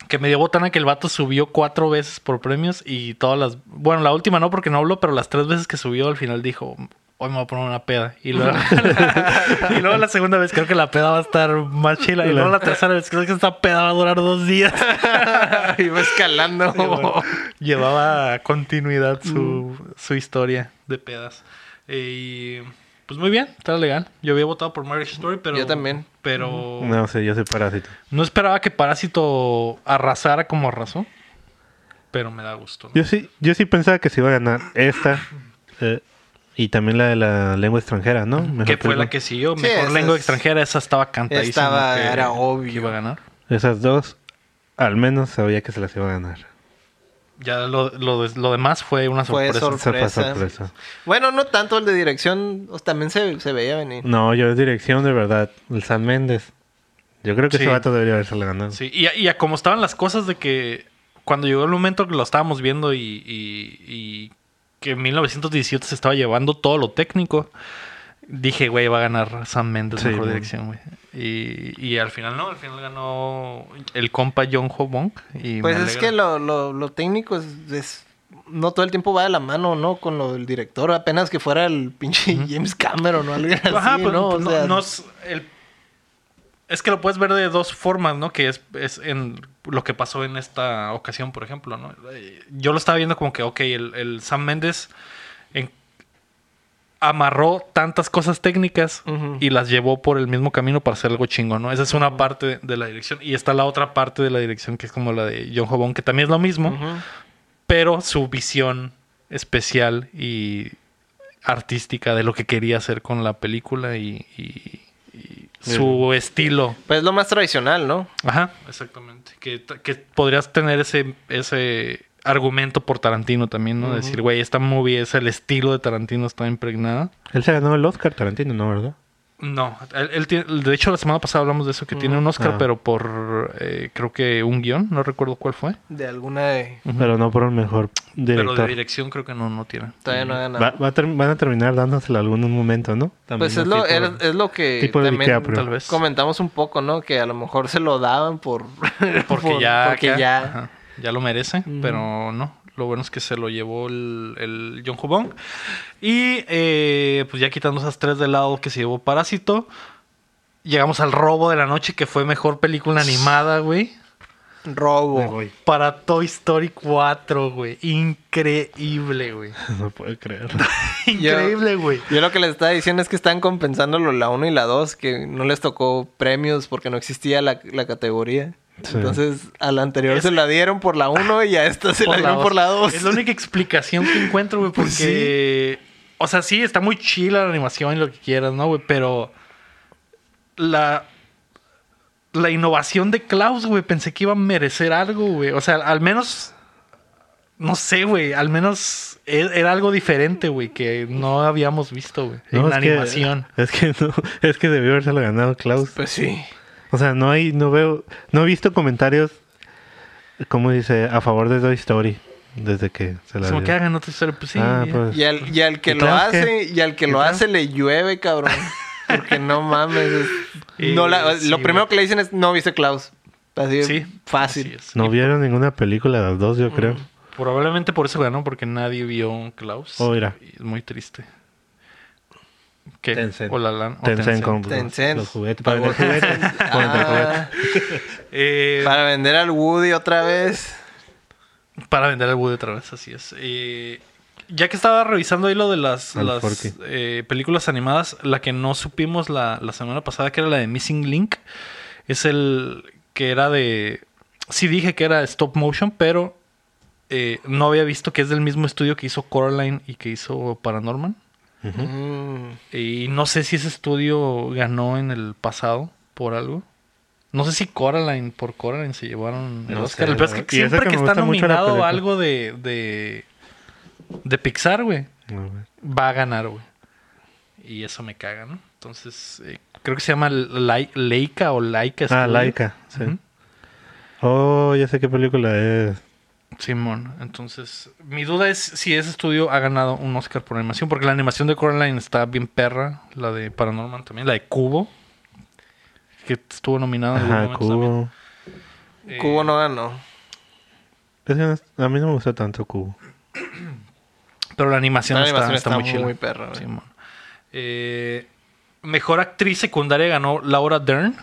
S1: Que me dio botana que el vato subió cuatro veces por premios y todas las... Bueno, la última no porque no habló, pero las tres veces que subió al final dijo, hoy me voy a poner una peda. Y luego, y luego la segunda vez creo que la peda va a estar más chila. Y luego la tercera vez creo que esta peda va a durar dos días.
S3: Iba escalando.
S1: Y bueno, llevaba a continuidad su,
S3: Mm.
S1: su historia de pedas. Y pues muy bien, está legal. Yo había votado por Marriage Story, pero...
S3: Yo también. Mm.
S1: Pero...
S2: No sé, yo soy parásito.
S1: No esperaba que Parásito arrasara como arrasó. Pero me da gusto. ¿no?
S2: Yo sí, yo sí pensaba que se iba a ganar esta eh, y también la de la lengua extranjera, ¿no? Mejor
S1: que fue
S2: película.
S1: la que siguió.
S3: Sí,
S1: Mejor
S3: esa
S1: lengua
S3: es-
S1: extranjera. Esa estaba cantadísima.
S3: Estaba-
S1: que-
S3: era
S1: que
S3: obvio.
S1: iba a ganar.
S2: Esas dos, al menos sabía que se las iba a ganar.
S1: Ya lo, lo des- lo demás fue una
S3: Fue
S1: sorpresa.
S3: sorpresa.
S2: Esa fue sorpresa.
S3: Bueno, no tanto el de dirección. o- También se, se veía venir.
S2: No, yo es dirección de verdad. El San Méndez. Yo creo que
S1: Sí.
S2: ese vato debería haberse la ganado.
S1: Sí, y, a, y a como estaban las cosas de que cuando llegó el momento que lo estábamos viendo y, y- y que en 1917 se estaba llevando todo lo técnico, dije, güey, va a ganar Sam Mendes
S2: Sí,
S1: mejor
S2: man.
S1: dirección, güey. Y, y al final no, al final ganó el compa John Ho Bong. Y
S3: Pues
S1: me
S3: es
S1: alegra.
S3: que lo, lo, lo técnico es, es- No todo el tiempo va de la mano, ¿no? Con lo del director. Apenas que fuera el pinche James Cameron o algo así,
S1: Ajá, pues,
S3: ¿no? O
S1: no,
S3: sea,
S1: no es el- es que lo puedes ver de dos formas, ¿no? Que es, es en lo que pasó en esta ocasión, por ejemplo, ¿no? Eh, Yo lo estaba viendo como que, ok, el, el Sam Méndez en- amarró tantas cosas técnicas
S3: Ujú.
S1: y las llevó por el mismo camino para hacer algo chingo, ¿no? Esa es una parte de, de la dirección. Y está la otra parte de la dirección que es como la de John Jobón, que también es lo mismo
S3: Ujú.
S1: pero su visión especial y artística de lo que quería hacer con la película y, y- y su estilo.
S3: Pues es lo más tradicional, ¿no?
S1: Ajá, exactamente. Que, t- que podrías tener ese, ese argumento por Tarantino también, ¿no? Decir, güey, esta movie es el estilo de Tarantino, está impregnada.
S2: Él se ganó el Oscar Tarantino, ¿no? ¿Verdad?
S1: No, él, él tiene- de hecho la semana pasada hablamos de eso, que tiene un Oscar,
S2: Ah.
S1: pero por, eh, creo que un guión, no recuerdo cuál fue.
S3: De alguna de.
S2: Pero no por el mejor director.
S1: Pero de dirección creo que no, no tiene.
S3: Todavía no ha ganado.
S2: Va- va a ter- van a terminar dándosela algún momento, ¿no? También
S3: Pues es
S2: así
S3: lo,
S2: por-
S3: era- es lo que
S2: tipo de
S3: también
S2: DiCaprio.
S1: Tal vez.
S3: comentamos un poco, ¿no? Que a lo mejor se lo daban por...
S1: Porque
S3: por-
S1: ya.
S3: Porque
S1: acá,
S3: ya...
S1: ajá, ya lo merece, pero no. Lo bueno es que se lo llevó el, el John Hubong. Y eh, pues ya quitando esas tres de lado que se llevó Parásito. Llegamos al robo de la noche, que fue mejor película animada, güey.
S3: Robo.
S2: Me voy.
S1: Para Toy Story 4, güey. Increíble, güey.
S2: No puedo creer.
S1: Increíble, güey.
S3: Yo lo que les estaba diciendo es que están compensando lo- la 1 y la 2, que no les tocó premios porque no existía la, la categoría.
S2: Sí.
S3: Entonces, a la anterior se la dieron por la 1 y a esta se la
S1: Por la
S3: dieron
S1: dos.
S3: por la 2.
S1: Es la única explicación que encuentro, güey, porque...
S3: Pues
S1: O sea, sí, está muy chila la animación y lo que quieras, ¿no, güey? Pero la... La innovación de Klaus, güey, pensé que iba a merecer algo, güey. O sea, al menos... No sé, güey. Al menos e- era algo diferente, güey, que no habíamos visto, güey. En
S2: No,
S1: la
S2: es que-
S1: animación.
S2: es que no, es que debió haberse ganado Klaus.
S3: Pues sí.
S2: O sea, no hay, no veo, no he visto comentarios, como dice, a favor de Toy Story desde que se la
S1: Como
S2: dio.
S1: que hagan otra historia. Pues sí.
S2: Ah,
S1: ya.
S2: pues.
S3: Y al, y al que
S2: ¿Y
S3: lo
S2: Klaus qué?
S3: hace, y al que lo
S2: Klaus?
S3: hace le llueve, cabrón. Porque no mames. es-
S1: Eh,
S3: no la-
S1: sí,
S3: lo
S1: güey.
S3: primero que le dicen es, no viste Klaus. Así
S1: Sí.
S3: fácil.
S1: así es.
S2: No vieron ninguna película las dos, yo
S1: Mm,
S2: creo.
S1: Probablemente por eso ganó, porque nadie vio un Klaus.
S2: Oh, mira.
S1: Y es muy triste. ¿Qué?
S2: Tencent.
S1: O la lan- o
S2: Tencent
S1: Tencent.
S2: con los-
S3: Tencent.
S2: los juguetes. Para
S3: Pagó
S2: vender juguetes. Para vender juguetes.
S3: Ah,
S1: Eh, para...
S3: para vender al Woody otra vez.
S1: vender el Woody otra vez, así es. Eh, ya que estaba revisando ahí lo de las,
S2: Al
S1: las,
S2: Forky.
S1: eh, películas animadas, la que no supimos la, la semana pasada, que era la de Missing Link, es el que era de... Sí dije que era stop motion, pero eh, no había visto que es del mismo estudio que hizo Coraline y que hizo Paranorman.
S3: Mm.
S1: Y no sé si ese estudio ganó en el pasado por algo. No sé si Coraline por Coraline se llevaron el
S2: No
S1: Oscar.
S2: sé,
S1: el peor es
S2: la-
S1: que
S2: y eso
S1: siempre que,
S2: que me
S1: está
S2: gusta mucho la
S1: nominado
S2: película.
S1: algo de, de, de Pixar, güey,
S2: No, güey.
S1: va a ganar, güey. Y eso me caga, ¿no? Entonces, eh, creo que se llama Lai- Leica o Laika.
S2: Ah,
S1: Studio.
S2: Laika, sí.
S1: Ujú.
S2: Oh, ya sé qué película es.
S1: Simón, entonces mi duda es si ese estudio ha ganado un Oscar por animación, porque la animación de Coraline está bien perra, la de Paranorman también, la de Cubo, que estuvo nominada en algún
S2: Ajá,
S1: momento también.
S2: Cubo.
S1: Eh,
S3: Cubo no ganó.
S2: Ese no es- a mí no me gusta tanto Cubo.
S1: Pero la animación,
S3: La
S1: está-
S3: animación
S1: está,
S3: está
S1: muy chila.
S3: muy perra, güey.
S1: Simón. Eh, mejor actriz secundaria ganó Laura Dern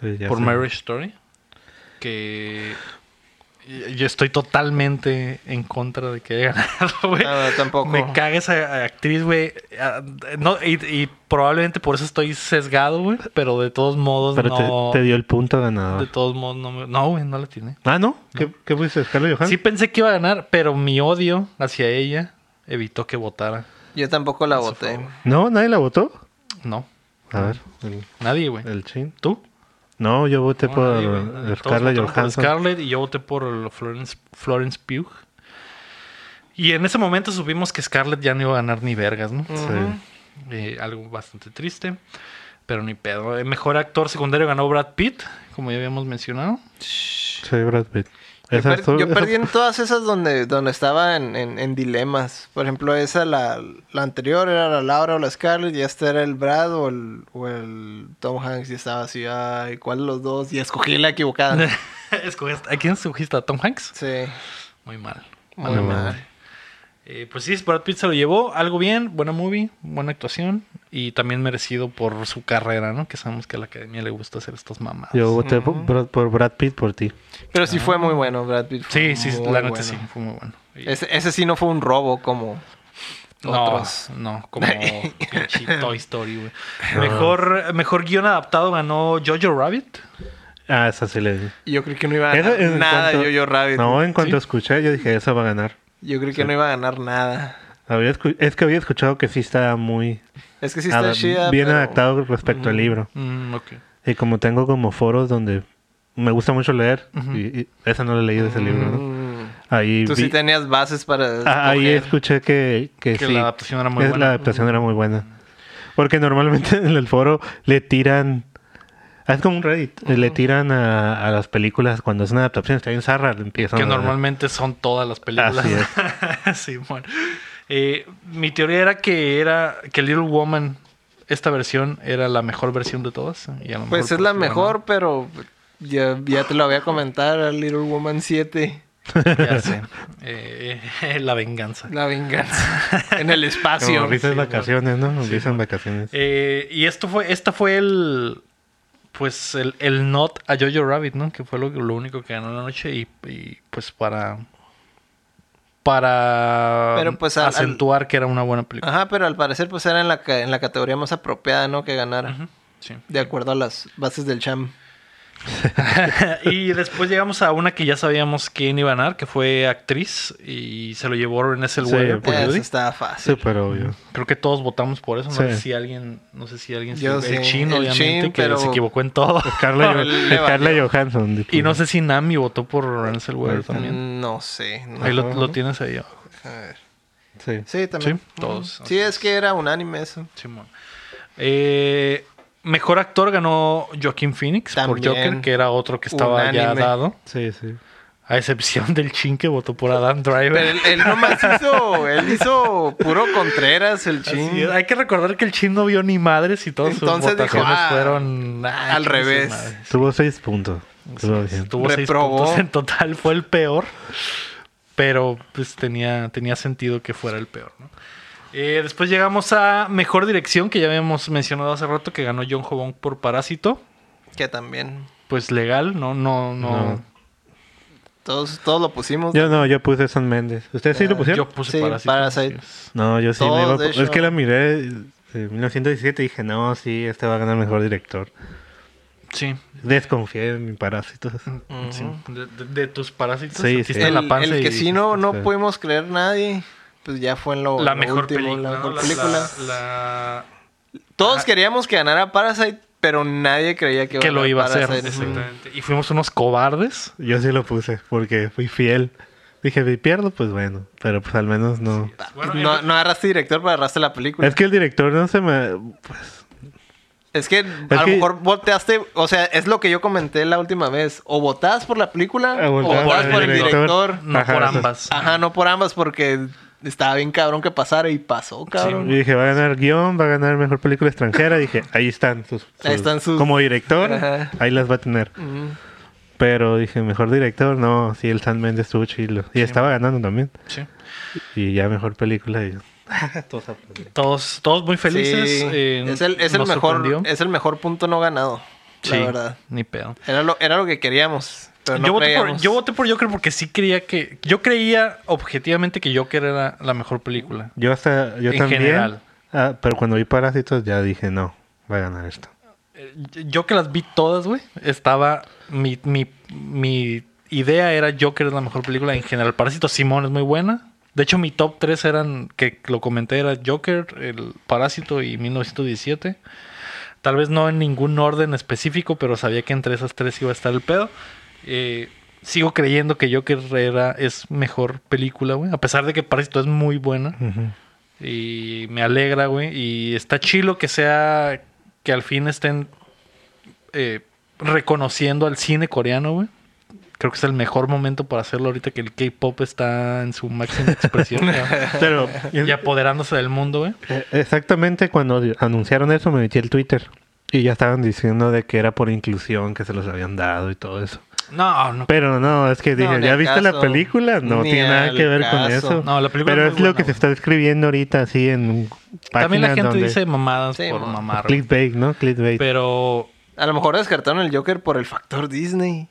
S2: Sí, ya
S1: por
S2: sé.
S1: Marriage Story, que y- yo estoy totalmente en contra de que haya ganado, güey.
S3: Ah, no, tampoco.
S1: Me caga esa actriz, güey. Ah, No, y, y probablemente por eso estoy sesgado, güey. Pero de todos modos,
S2: Pero te-
S1: no.
S2: te, dio el punto
S1: De
S2: ganador.
S1: todos modos, no, me- no, güey, no la tiene.
S2: Ah, ¿no? ¿Qué, qué fuiste? ¿Scarlett Johansson?
S1: Sí pensé que iba a ganar, pero mi odio hacia ella evitó que votara.
S3: Yo tampoco la
S1: Eso
S3: voté.
S1: fue.
S2: ¿No? ¿Nadie la votó?
S1: No,
S2: A
S3: Ah.
S2: ver, el,
S1: nadie, güey.
S2: el chin.
S1: ¿Tú?
S2: No, yo voté
S1: No,
S2: por
S1: nadie, Ah, güey, nadie. Todos
S2: Scarlett
S1: votaron por
S2: Johansson.
S1: Scarlett y yo voté por Florence, Florence Pugh. Y en ese momento supimos que Scarlett ya no iba a ganar ni vergas, ¿no?
S2: Mm.
S3: Ujú.
S1: Eh, algo bastante triste, pero ni pedo. El mejor actor secundario ganó Brad Pitt, como ya habíamos mencionado.
S2: Sí, Brad Pitt.
S3: Yo,
S2: Esa
S3: per-
S2: estuvo-
S3: yo
S2: esa-
S3: perdí en todas esas donde, donde estaba en, en- en dilemas. Por ejemplo, esa, la, la anterior era la Laura o la Scarlett, y esta era el Brad o el, o el Tom Hanks, y estaba así, ay, ¿cuál de los dos? Y escogí la
S2: Ah.
S3: equivocada.
S1: Escogiste- ¿A quién escogiste? ¿A Tom Hanks?
S3: sí,
S1: Muy mal.
S3: muy
S2: No,
S3: mal.
S1: Eh, pues sí, Brad Pitt se lo llevó. Algo bien, buena movie, buena actuación. Y también merecido por su carrera, ¿no? Que sabemos que a la academia le gusta hacer estas mamadas.
S2: Yo voté por, por- por Brad Pitt por ti.
S3: Pero sí fue muy bueno, Brad Pitt. fue
S1: Ah. Sí, sí,
S3: muy
S1: la neta
S3: bueno.
S1: sí, fue muy bueno. Y-
S3: Ese, ese sí no fue un robo como
S1: No,
S3: otros.
S1: no, como pinche Toy Story, güey. Mejor, mejor guión adaptado ganó Jojo Rabbit.
S2: Ah, esa sí le di.
S3: Y Yo creo que no iba a
S2: Esa-
S3: ganar
S2: en
S3: nada
S2: cuanto-
S3: yo, yo Rabbit.
S2: No, en cuanto
S1: Sí.
S2: escuché, yo dije, esa va a ganar.
S3: Yo creo que no iba a ganar nada.
S2: Había escu- es que había escuchado que sí estaba muy
S3: Es que sí está
S2: ada-
S3: chida,
S2: bien
S3: pero-
S2: adaptado respecto al libro.
S1: Mm, ok.
S2: Y como tengo como foros donde me gusta mucho leer,
S1: Ujú.
S2: y, y esa no la he leído ese libro, ¿no?
S3: Mm.
S2: Ahí,
S3: Tú
S2: vi-
S3: sí tenías bases para
S2: ah, ahí
S3: escoger.
S2: escuché que, que,
S1: Que
S2: sí,
S1: la adaptación era muy
S2: es-
S1: buena.
S2: La adaptación era muy buena. Porque normalmente en el foro le tiran... ah, Es como un Reddit. eh, Le tiran a, a las películas cuando es una adaptación. Está en Zarra, le empiezan
S1: Que
S2: a-
S1: normalmente son todas las películas. sí, bueno. Eh, mi teoría era que era que Little Woman, esta versión, era la mejor versión de todas. y a lo
S3: Pues
S1: mejor
S3: es la
S1: por eso
S3: mejor, pero ya, ya te lo había comentado, Little Woman 7,
S1: ganó. Ya sé. Eh, eh, la venganza.
S3: La Venganza, en el
S2: Como
S3: espacio.
S2: risas
S1: sí,
S2: vacaciones, ¿no? Risas vacaciones.
S1: Eh, y esto fue, esta fue el, pues el, el not a Jojo Rabbit, ¿no? Que fue lo, lo único que ganó en la noche y, y, pues para, para
S3: Pero, pues, al- al-
S1: acentuar que era una buena película.
S3: Ajá, pero al parecer pues era en la, ca- en la categoría más apropiada, ¿no? Que ganara,
S1: Ujú, sí.
S3: de acuerdo a las bases del cham.
S1: y después llegamos a una que ya sabíamos quién iba a ganar, que fue actriz y se lo llevó Renée Zellweger
S2: Sí,
S1: por
S3: Eso
S1: Judy.
S3: estaba fácil.
S2: Súper obvio.
S1: Creo que todos votamos por eso, no
S2: Sí.
S1: sé si alguien, no sé si alguien,
S3: Yo
S1: el
S3: sí,
S1: chin
S3: el
S1: obviamente
S3: Chin,
S1: que
S3: pero-
S1: se equivocó en todo.
S2: Pues, Carla,
S3: Le valió.
S2: Carla Johansson. disculpa.
S1: Y no sé si Nami votó por Renée Zellweger
S2: Ahí
S1: también.
S3: No sé. no-
S1: Ahí lo, lo tienes ahí abajo.
S3: a ver.
S2: Sí.
S3: Sí, también.
S1: Sí, todos.
S3: Sí, es que era unánime eso.
S1: Simón. Eh, mejor actor ganó Joaquín Phoenix por
S3: También.
S1: Joker, que era otro que estaba ya
S3: Unánime.
S1: dado.
S2: Sí, sí.
S1: A excepción del chin que votó por Adam Driver.
S3: Pero él, él nomás hizo, él hizo puro Contreras, el
S1: Así
S3: chin.
S1: es. Hay que recordar que el chin no vio ni madres y todas
S3: Entonces
S1: sus
S3: dijo,
S1: votaciones
S3: "Ah,
S1: fueron ah,
S3: al
S1: chingue su
S3: revés".
S1: madre.
S2: Tuvo seis puntos. Estuvo bien.
S1: Tuvo seis
S3: Reprobó.
S1: puntos en total, fue el peor. Pero pues tenía, tenía sentido que fuera el peor, ¿no? Eh, después llegamos a Mejor Dirección, que ya habíamos mencionado hace rato, que ganó John Jobón por Parásito.
S3: Que también.
S1: Pues legal, no, no, no.
S2: No.
S3: Todos, todos lo pusimos.
S2: Yo no, yo puse San Méndez. ¿Ustedes sí lo pusieron?
S1: Eh, Yo puse
S3: Sí,
S1: Parásito.
S3: Parasite.
S1: así es.
S2: No, yo sí.
S3: Todos,
S2: me iba a
S3: de
S2: pu-
S3: hecho.
S2: Es que la miré en 1917 y dije, no, sí, este va a ganar mejor director.
S1: Sí.
S2: Desconfié de mis parásitos.
S1: sí. De, de- de tus parásitos.
S2: Sí,
S1: sentiste
S2: sí.
S3: El,
S1: en la panza
S3: el que
S1: y-
S3: sí no, no
S2: sí.
S3: pudimos creer nadie, pues ya fue en lo,
S1: La
S3: lo
S1: mejor
S3: último,
S1: película.
S3: la
S1: ¿no?
S3: mejor
S1: La-
S3: película.
S1: la- la-
S3: Todos
S1: Ajá.
S3: queríamos que ganara Parasite, pero nadie creía que,
S1: que lo iba a hacer.
S3: Parasite. Mm.
S1: Exactamente. Y fuimos unos cobardes.
S2: Yo sí lo puse porque fui fiel. Dije, si pierdo, pues bueno. Pero pues al menos no.
S1: Bueno,
S3: no, no agarraste director para agarraste la película.
S2: Es que el director no se me. Pues,
S3: Es que a lo
S2: que-
S3: mejor votaste, o sea, es lo que yo comenté la última vez. O votabas por la película
S2: a
S3: o
S2: voltear
S3: votabas
S1: al
S3: por el director.
S1: No
S2: Ajá,
S1: por
S2: eso es-
S1: ambas.
S3: Ajá, no por ambas porque estaba bien cabrón que pasara y pasó, cabrón.
S2: Yo dije, va a ganar guión, va a ganar mejor película extranjera. Dije, ahí están sus.
S3: Ahí están sus-
S2: Como director,
S3: Ajá.
S2: ahí las va a tener.
S3: Mm.
S2: Pero dije, mejor director, no. Sí, el San Méndez estuvo chilo. Y estaba ganando también.
S1: Sí.
S2: Y ya mejor película. y-
S1: Todos, todos muy felices.
S3: Sí.
S1: eh,
S3: es el, es el
S1: nos
S3: mejor,
S1: sorprendió.
S3: es el mejor punto no ganado,
S1: Sí,
S3: la verdad.
S1: Ni pedo.
S3: Era lo, era lo que queríamos, pero no
S1: yo, voté por,
S3: creíamos.
S1: yo voté por Joker porque sí creía que. Yo creía objetivamente que Joker era la mejor película.
S2: Yo hasta. Yo
S1: En
S2: también.
S1: general.
S2: Ah, pero cuando vi Parásitos, ya dije, no, va a ganar esto.
S1: Eh, Yo que las vi todas, güey, estaba. Mi, mi, mi idea era Joker es la mejor película en general. Parásito Simón es muy buena. De hecho, mi top 3 eran, que lo comenté, era Joker, El Parásito y 1917. Tal vez no en ningún orden específico, pero sabía que entre esas tres iba a estar el pedo. Eh, sigo creyendo que Joker era, es mejor película, güey. A pesar de que Parásito es muy buena.
S2: Ujú.
S1: Y me alegra, güey. Y está chilo que sea. Que al fin estén eh, reconociendo al cine coreano, güey. Creo que es el mejor momento para hacerlo ahorita que el K-pop está en su máxima expresión ya,
S2: Pero.
S1: y apoderándose del mundo, güey.
S2: Eh, Exactamente cuando di- anunciaron eso me metí el Twitter y ya estaban diciendo de que era por inclusión que se los habían dado y todo eso.
S1: No, no.
S2: Pero no, es
S3: No,
S2: que dije,
S3: ni
S2: ¿ya
S3: al
S2: viste la
S3: caso.
S2: película? No
S3: Ni
S2: tiene nada
S3: al
S2: que ver con
S3: caso.
S2: eso.
S1: No, la película
S2: Pero
S1: es
S2: es,
S1: muy
S2: lo que
S1: buena,
S2: se
S1: güey.
S2: está escribiendo ahorita así en páginas
S1: También la gente
S2: donde-
S1: dice mamadas
S3: Sí,
S1: por
S3: mamá.
S1: mamar, güey.
S2: clickbait, ¿no? Clickbait.
S1: Pero
S3: A lo mejor descartaron el Joker por el factor Disney.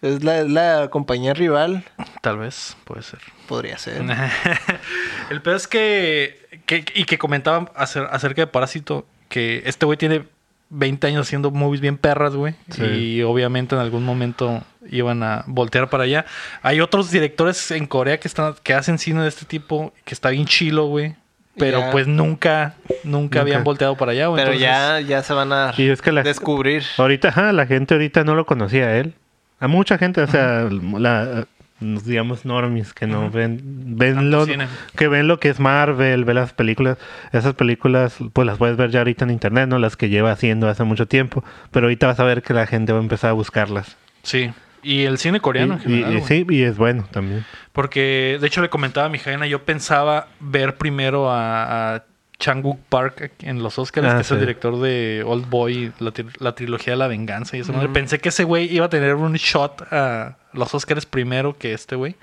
S3: Es la, es la compañía rival,
S1: tal vez puede ser.
S3: podría ser.
S1: el pedo es que, que- Y que comentaban acer- acerca de Parásito. Que este güey tiene 20 años haciendo movies bien perras, güey.
S2: Sí.
S1: Y obviamente en algún momento iban a voltear para allá. Hay otros directores en Corea que, están, que hacen cine de este tipo. Que está bien chilo, güey. Pero
S3: Ya.
S1: pues nunca, nunca, habían volteado para allá, güey.
S3: Pero
S1: Entonces,
S3: ya, ya se van a
S2: Y es que la-
S3: descubrir.
S2: Ahorita, ajá, la gente ahorita no lo conocía a él. A mucha gente, o sea, la, digamos normies que no ven, ven
S1: Tanto
S2: lo,
S1: cine.
S2: que ven lo que es Marvel, ven las películas, esas películas pues las puedes ver ya ahorita en internet, no las que lleva haciendo hace mucho tiempo, pero ahorita vas a ver que la gente va a empezar a buscarlas.
S1: Sí. Y el cine
S2: Y,
S1: coreano en
S2: y-
S1: general,
S2: y
S1: güey.
S2: sí, y es bueno también.
S1: Porque, de hecho, le comentaba a mi Jaina, yo pensaba ver primero a, a Chang-wook Park en los Oscars,
S2: Ah,
S1: que es el
S2: sí.
S1: director de Old Boy, la, tri- la trilogía de la venganza y eso. Pensé que ese güey iba a tener un shot a los Oscars primero que este güey.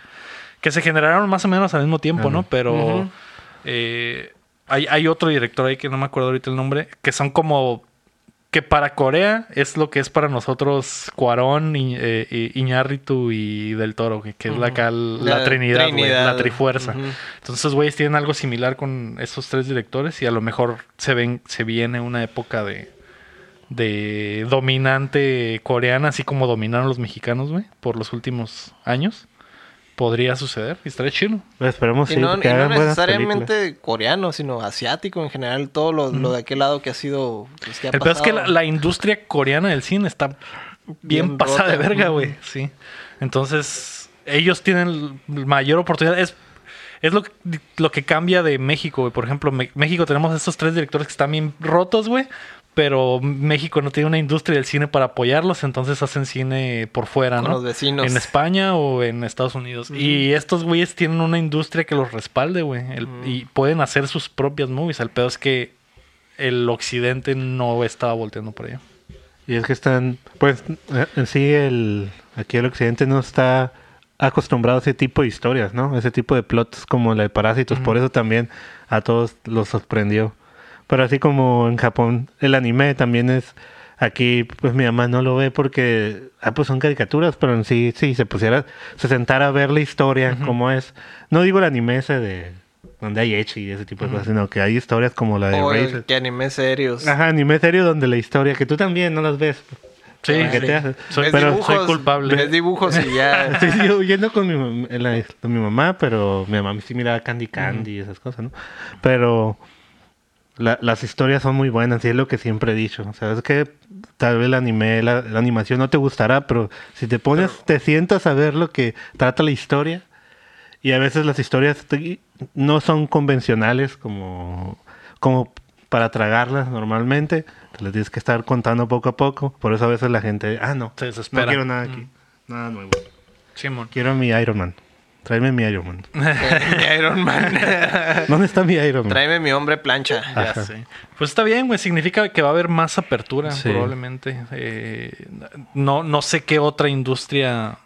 S1: Que se generaron más o menos al mismo tiempo, ¿no? Pero
S3: Ujú.
S1: eh, hay, hay otro director ahí que no me acuerdo ahorita el nombre, que son como... Que para Corea es lo que es para nosotros Cuarón, Iñ- eh, y Iñárritu y Del Toro, que, que es la, cal- la, Trinidad, güey, la Trifuerza.
S3: Ujú.
S1: Entonces, esos güeyes tienen algo similar con esos tres directores y a lo mejor se ven, se viene una época de, de dominante coreana, así como dominaron los mexicanos, güey, por los últimos años. Podría suceder y estaría chido.
S2: Pues esperemos
S3: Y
S2: sí,
S3: no,
S2: que
S3: y no
S2: hagan buenas películas.
S3: necesariamente coreano, sino asiático en general, todo lo, lo de aquel lado que ha sido. pues, que ha
S1: El peor es que la,
S3: pasado.
S1: la industria coreana del cine está bien,
S3: Bien
S1: pasada de
S3: rota.
S1: verga, güey.
S3: Ujú.
S1: Sí. Entonces, ellos tienen l- mayor oportunidad. Es, es lo, que- lo que cambia de México, güey. Por ejemplo, Me- México tenemos estos tres directores que están bien rotos, güey. Pero México no tiene una industria del cine para apoyarlos, entonces hacen cine por fuera,
S3: Con
S1: ¿no?
S3: los vecinos.
S1: En España o en Estados Unidos. Y estos güeyes tienen una industria que los respalde, güey. El- Y pueden hacer sus propias movies. El pedo es que el occidente no estaba volteando por ello.
S2: Y es que están, pues eh, en sí el, aquí el occidente no está acostumbrado a ese tipo de historias, ¿no? Ese tipo de plots como la de Parásitos, por eso también a todos los sorprendió. Pero así como en Japón el anime también es, aquí pues mi mamá no lo ve porque, ah, pues son caricaturas, pero en sí, sí, se pusiera, se sentara a ver la historia como es. No digo el anime ese de donde hay echi y ese tipo de cosas, sino que hay historias como la de
S3: O el
S2: Razer.
S3: que anime serios.
S2: Ajá, anime serio donde la historia, que tú también no las ves.
S1: Sí,
S2: ¿Para qué
S1: sí.
S2: te haces?
S1: Soy-
S3: Ves
S2: pero
S1: soy culpable.
S3: Ves dibujos y ya.
S2: Sí, sí, yo yendo con mi, mam- en la- con mi mamá, pero mi mamá sí miraba Candy Candy y esas cosas, ¿no? Pero la- las historias son muy buenas y es lo que siempre he dicho. O sea, es que tal vez el anime, la, la animación no te gustará, pero si te pones, te sientas a ver lo que trata la historia y a veces las historias te- no son convencionales como, como para tragarlas normalmente. Te las tienes que estar contando poco a poco. Por eso a veces la gente, ah, no,
S1: Se desespera. Mm.
S2: no quiero nada aquí. Nada nuevo.
S1: Simón.
S2: Quiero mi Iron Man. Tráeme mi Iron Man.
S3: eh, mi Iron Man.
S2: ¿Dónde está mi Iron Man?
S3: Tráeme mi hombre plancha.
S1: Ya sé. Pues está bien, güey. Significa que va a haber más apertura,
S2: Sí.
S1: probablemente. Eh, no, no sé qué otra industria.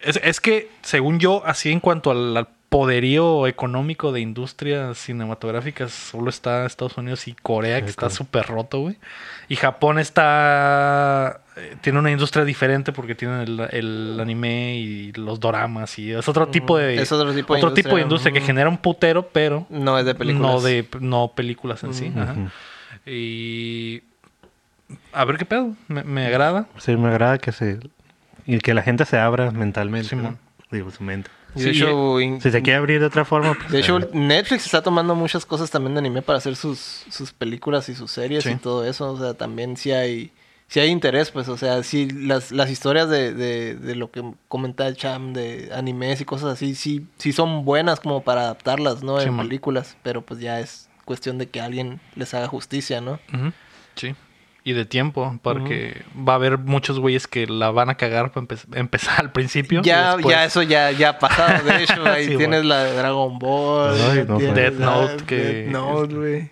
S1: Es, es que, según yo, así en cuanto al, al poderío económico de industrias cinematográficas, solo está Estados Unidos y Corea, que
S2: Sí,
S1: está
S2: claro.
S1: súper roto, güey. Y Japón está. eh, Tiene una industria diferente porque tienen el, el anime y los doramas y es otro tipo de.
S3: Mm, Es otro tipo de
S1: otro tipo de
S3: industria. mm.
S1: industria que genera un putero, pero.
S3: No es de películas.
S1: No de no películas en sí. ajá.
S2: Ujú.
S1: Y a ver qué pedo. Me, me agrada.
S2: Sí, me agrada que se... Y que la gente se abra mentalmente.
S1: Simón.
S2: ¿no? Digo, su mente.
S3: Y
S1: Sí,
S3: de hecho, in-
S2: Si se quiere abrir de otra forma, pues,
S3: de hecho,
S2: eh,
S3: Netflix está tomando muchas cosas también de anime para hacer sus, sus películas y sus series
S1: Sí.
S3: y todo eso. O sea, también si hay, si hay interés, pues, o sea, si las, las historias de, de, de lo que comenta Cham de animes y cosas así, sí, sí son buenas como para adaptarlas, ¿no?
S1: Sí,
S3: en
S1: man.
S3: películas, pero pues ya es cuestión de que alguien les haga justicia, ¿no?
S1: Ujú, Sí. Y de tiempo, porque va a haber muchos güeyes que la van a cagar para empe- empezar al principio. y
S3: Ya,
S1: después
S3: ya eso ya, ya ha pasado, de hecho, ahí
S1: Sí,
S3: tienes la de Dragon Ball,
S2: Ay, no,
S3: tienes
S1: Death
S3: la
S1: Note, que-
S3: Death Note, güey.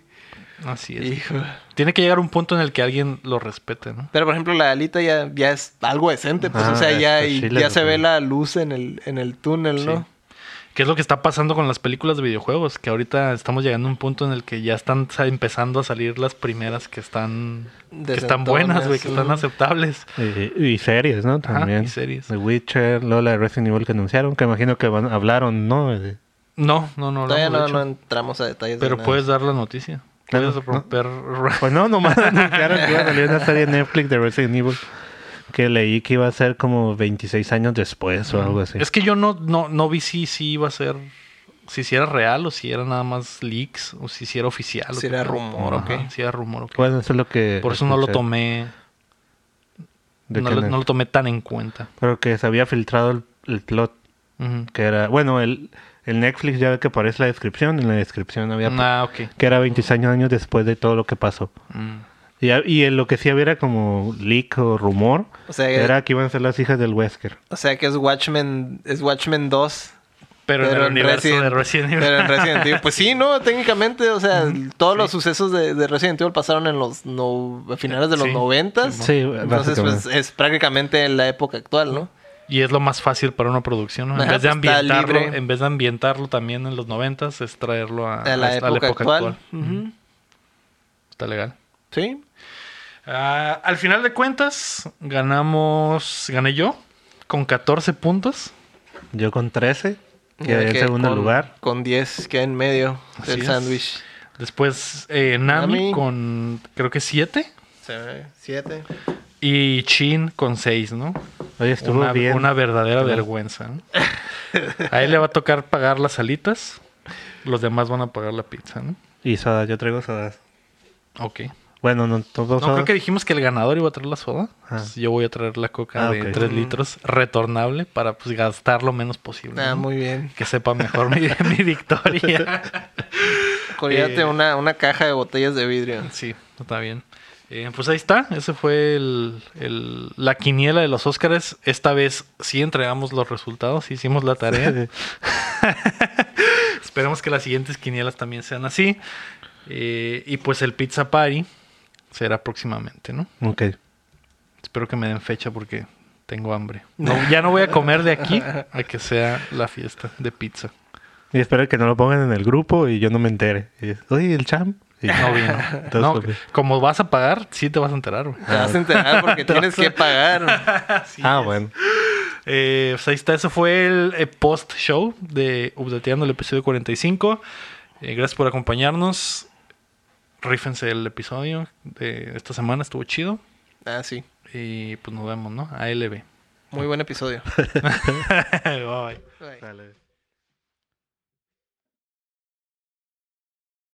S1: Así es.
S3: Hijo.
S1: Tiene que llegar un punto en el que alguien lo respete, ¿no?
S3: Pero por ejemplo, la alita ya, ya es algo decente, pues,
S2: Ah,
S3: o sea, ya,
S2: está
S3: y-
S2: chila,
S3: ya se ve
S2: güey.
S3: la luz en el, en el túnel, ¿no?
S1: ¿Qué es lo que está pasando con las películas de videojuegos? Que ahorita estamos llegando a un punto en el que ya están sa- empezando a salir las primeras que están, que están
S3: Decentonas,
S1: buenas, güey, que
S3: ujú.
S1: están aceptables.
S2: eh, y, y series, ¿no?
S1: Ajá,
S2: También.
S1: y series.
S2: The Witcher, Lola de Resident Evil que anunciaron, que imagino que van, hablaron, ¿no? De-
S1: No, no, no.
S3: Todavía
S1: hablamos, de
S3: no,
S1: hecho.
S3: no entramos a detalles. de
S1: Pero pues,
S3: nada.
S1: puedes dar la noticia. Puedes
S2: Claro, ¿no?
S1: romper.
S2: Pues no, nomás anunciaron que iba a salir una serie en Netflix de Resident Evil que leí que iba a ser como 26 años después o algo así.
S1: Es que yo no, no, no vi si, si iba a ser. Si, si era real o si era nada más leaks o si, si era oficial.
S3: Si era rumor,
S1: ok.
S3: ok.
S1: Si era rumor, ok.
S2: Bueno, eso es lo que...
S1: Por eso no lo
S2: escuché.
S1: tomé.
S2: De
S1: No,
S2: que
S1: lo-
S2: le-
S1: no lo tomé tan en cuenta.
S2: Pero que se había filtrado el, el plot,
S1: Ujú.
S2: que era... Bueno, el, el Netflix ya ve que aparece la descripción, en la descripción había...
S1: Ah, ok.
S2: Que era 26 años después de todo lo que pasó.
S1: Mm.
S2: Y, a- y en lo que sí había era como leak o rumor,
S3: O sea,
S2: era que iban a ser las hijas del Wesker.
S3: o sea que es Watchmen, es Watchmen 2.
S1: Pero, en el universo de Resident Evil.
S3: Pero en Resident Evil. Pues sí, ¿no? Técnicamente, o sea, todos los sucesos de, de Resident Evil pasaron en los no, a finales de los
S1: Sí.
S3: noventas.
S2: Sí,
S3: Entonces, pues
S2: básicamente.
S3: es prácticamente la época actual, ¿no?
S1: Y es lo más fácil para una producción, ¿no? En
S3: Ajá,
S1: vez de
S3: pues, está
S1: ambientarlo,
S3: libre.
S1: en vez de ambientarlo también en los noventas, es traerlo a,
S3: A la,
S1: a- a
S3: época, actual. Ujú.
S1: Está legal.
S3: Sí.
S1: Ah, al final de cuentas, ganamos. Gané yo con 14 puntos.
S2: Yo con 13,
S3: Ya
S2: quedé en
S3: que
S2: segundo
S3: con-
S2: lugar.
S3: Con 10, queda en medio
S1: Así
S3: del
S1: es.
S3: sándwich.
S1: Después eh, Nami,
S3: Nami.
S1: con creo que 7.
S3: Se ve, Siete.
S1: Y Chin con 6, ¿no?
S2: Oye, estuvo
S1: Una,
S2: bien.
S1: una verdadera
S2: Estuvo-
S1: vergüenza. ¿no? A él le va a tocar pagar las alitas. Los demás van a pagar la pizza, ¿no?
S2: Y soda, yo traigo sodas.
S1: Ok.
S2: Bueno, no, todos
S1: No, creo que dijimos que el ganador iba a traer la soda.
S2: Ah.
S1: Entonces, yo voy a traer la coca
S2: Ah,
S1: de
S2: ok.
S1: 3 litros retornable para pues, gastar lo menos posible.
S3: Ah,
S1: ¿no?
S3: muy bien.
S1: Que sepa mejor mi, mi victoria.
S3: Colgate
S1: Eh,
S3: una, una caja de botellas de vidrio.
S1: Sí, está bien. Eh, pues ahí está. Ese fue el, el- la quiniela de los Óscares. Esta vez sí entregamos los resultados, sí hicimos la tarea. Esperemos que las siguientes quinielas también sean así. Eh, y pues el Pizza Party será próximamente, ¿no?
S2: Ok.
S1: Espero que me den fecha porque tengo hambre. No, ya no voy a comer de aquí a que sea la fiesta de pizza.
S2: Y espero que no lo pongan en el grupo y yo no me entere. Y es, Oye, el champ. Y yo,
S1: No vino.
S2: Entonces,
S1: No,
S2: pues,
S1: como vas a pagar, sí te vas a enterar, güey.
S3: Te vas a enterar porque tienes que pagar.
S2: ah, bueno.
S1: Eh, pues ahí está, eso fue el eh, post-show de Updateando el episodio 45. Eh, gracias por acompañarnos. Rífense el episodio de esta semana, estuvo chido.
S3: Ah, sí.
S1: Y pues nos vemos, ¿no? ALB.
S3: Muy buen episodio.
S1: Bye, bye.
S3: Bye.
S2: Dale.